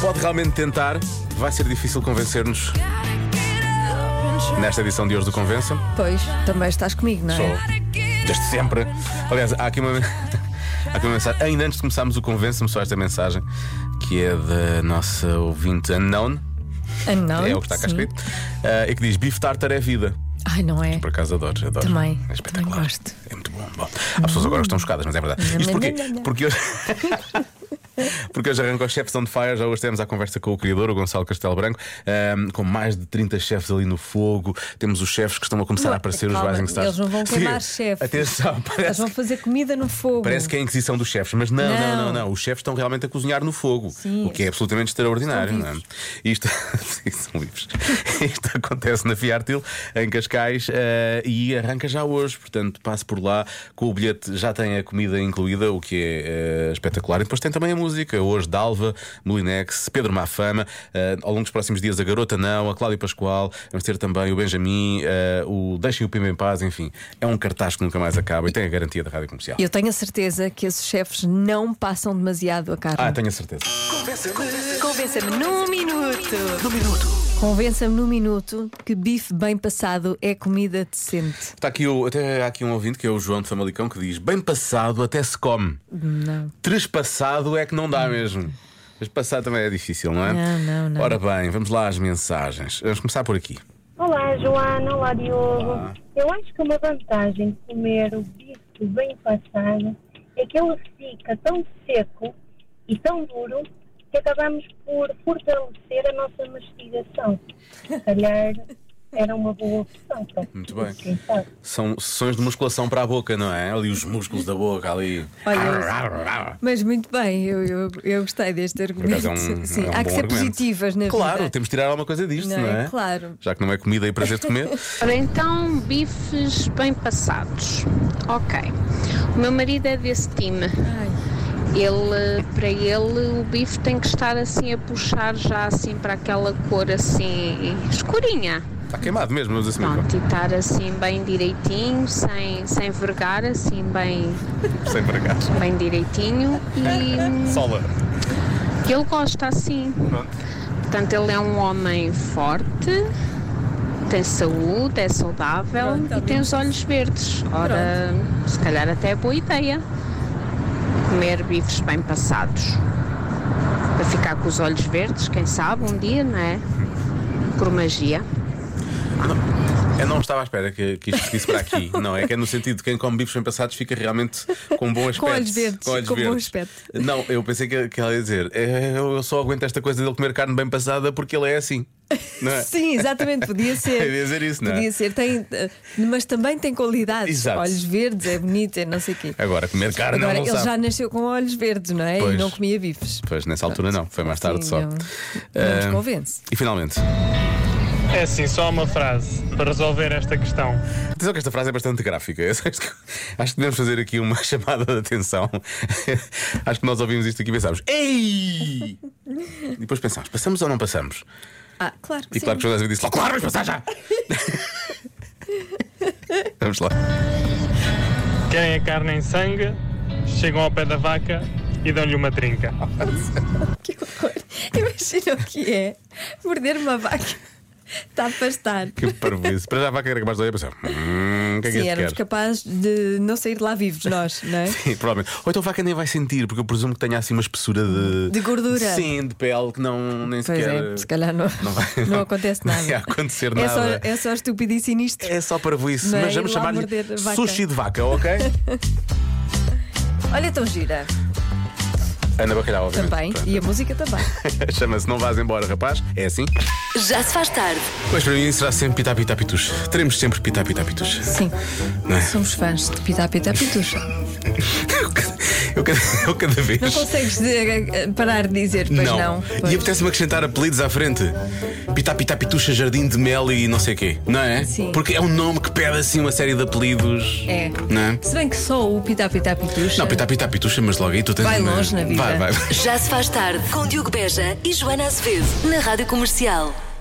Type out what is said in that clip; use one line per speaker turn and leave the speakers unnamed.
pode realmente tentar, vai ser difícil convencer-nos nesta edição de hoje do Convença.
Pois, também estás comigo, não é?
Sou desde sempre. Aliás, há aqui uma, há aqui uma mensagem. Ainda antes de começarmos o Convença-me, só esta mensagem que é da nossa ouvinte Unknown,
Ah, não?
é o que está cá
Sim.
escrito, eh, e que diz: bife tartar é vida.
Ai, não é?
Por acaso adoro, adoro.
Também,
É espetacular.
também gosto.
É muito bom. Bom, Há pessoas agora que estão chocadas, mas é verdade. Isto porquê? Porque hoje. Porque hoje arrancou Chefs on Fire, já hoje temos a conversa com o criador, o Gonçalo Castelo Branco, ahm, com mais de 30 chefes ali no fogo. Temos os chefes que estão a começar
Não,
a aparecer, os
calma,
Rising Stars.
eles não vão
Sim,
queimar chefes.
Atenção,
Eles
parece,
vão fazer comida no fogo.
parece que é a Inquisição dos chefes, mas não, não, não, não.
Não.
Os chefes estão realmente a cozinhar no fogo,
Sim.
o que é absolutamente extraordinário.
Estão
Não é? Isto, sim, são livres. Isto acontece na Fiartil, em Cascais, eh, e arranca já hoje. Portanto, passe por lá com o bilhete, já tem a comida incluída, o que é eh, espetacular. E depois tem também a música. Hoje, Dalva, Molinex, Pedro Mafama. eh, ao longo dos próximos dias, a Garota Não, a Cláudia Pascoal. Vamos ter também o Benjamin, eh, o Deixem o Pima em Paz. Enfim, é um cartaz que nunca mais acaba e tem a garantia da rádio comercial.
Eu tenho a certeza que esses chefes não passam demasiado a carne.
Ah, tenho a certeza.
Convença-me num minuto. Convença-me num minuto que bife bem passado é comida decente.
Está aqui o, até há aqui um ouvinte que é o João de Famalicão que diz: Bem passado até se come.
Não.
Trespassado é que não dá mesmo. Mas passar também é difícil, não é?
Não, não, não.
Ora bem, vamos lá às mensagens. Vamos começar por aqui.
Olá, Joana. Olá, Diogo. Eu acho que uma vantagem de comer o bife bem passado é que ele fica tão seco e tão duro que acabamos por fortalecer a nossa mastigação. Se calhar era uma boa opção. para-
Muito bem.
Quem sabe?
São sessões de musculação para a boca, não é? Ali os músculos da boca, ali.
Olha,
Ar, ar, ar.
Mas muito bem, eu, eu, eu gostei deste argumento.
acaso é um-
Sim,
é um
há que
bom
ser
argumento.
positivas na
Claro,
vida.
temos de tirar alguma coisa disto, não,
Não é?
é?
Claro.
Já que não é comida e prazer de comer.
Ora então, bifes bem passados. Ok. O meu marido é desse time.
Ai,
Ele, para ele, o bife tem que estar assim a puxar já assim para aquela cor assim escurinha.
Está queimado mesmo, mas assim.
Pronto, e estar assim bem direitinho, sem, sem vergar, assim bem,
Sem bragar.
bem direitinho. E
Sola.
que ele gosta assim. Portanto, ele é um homem forte, tem saúde, é saudável
Pronto,
e
está
tem os olhos verdes. Ora, se calhar até é boa ideia comer bifes bem passados. Para ficar com os olhos verdes, quem sabe, um dia, não é? Por magia.
Eu não estava à espera que, que isto seguisse para aqui, não é? Que é no sentido de quem come bifes bem passados fica realmente com um bom aspecto.
olhos verdes, com um bom aspecto.
Não, eu pensei que, que ela ia dizer, "É, eu só aguento esta coisa dele comer carne bem passada porque ele é assim. Não é?
Sim, exatamente, podia ser.
Eu ia dizer isso, não é?
Podia ser, tem, eh, mas também tem qualidades.
Exato.
Olhos verdes, é bonito, é não sei o quê.
Agora, comer carne
Agora,
não, não
ele
sabe.
já nasceu com olhos verdes, não é?
Pois.
E não comia bifes.
Pois, nessa altura não, foi mais tarde
Sim,
só.
Não, não
Ah,
nos convence.
E finalmente,
É assim, só uma frase para resolver esta questão.
atenção que esta frase é bastante gráfica. Eu Acho que, acho que devemos fazer aqui uma chamada de atenção. acho que nós ouvimos isto aqui e pensámos, ei! e depois pensámos, passamos ou não passamos?
Ah, claro que
E
sim.
claro que o José Azevedo disse: Claro, vamos passar já! vamos lá.
Querem a é carne em sangue, chegam ao pé da vaca e dão-lhe uma trinca.
Que horror. Imagina o que é morder uma vaca. Está a pastar.
Que parvoíce. Para já vai querer acabar de olhar e pensar: Hum, o que é que
Sim,
este
éramos
quer?
capazes de não sair de lá vivos, nós, não é?
Sim, provavelmente. Ou então a vaca nem vai sentir, porque eu presumo que tenha assim uma espessura de.
De gordura.
Sim, de pele que não nem
Pois
sequer.
é, se calhar não,
Não,
não,
vai,
acontece
não
nada.
ia acontecer
É só,
nada.
é só estúpido e sinistro.
É só parvoíce,
Não é?
mas
Ir
vamos
lá
chamar-lhe
morder a vaca.
sushi de vaca, ok?
Olha, tão gira.
Ana Bacalhau, obviamente.
Também.
Pronto.
E a música também.
Chama-se Não Vás Embora, rapaz. É assim.
Já se faz tarde.
Pois para mim será sempre pitá pitá pitus. Teremos sempre pitá pitá pitus.
Sim.
Não é?
Somos fãs de Pita Pita Pitus.
Eu cada- Eu cada, eu cada vez.
Não consegues eh, parar de dizer, pois não.
E
pois.
apetece-me acrescentar apelidos à frente. Pitá, pitá, pitucha, jardim de mel e não sei o quê. Não é?
Sim.
Porque é um nome que pede assim uma série de apelidos.
É.
Não é?
Se bem que só o Pita Pita Pitus.
Não, pitá, pitá, pitucha, mas logo aí tu tens.
Vai
uma-
longe na vida.
Vai, vai.
Já se faz tarde com Diogo Beja e Joana Azevedo na Rádio Comercial.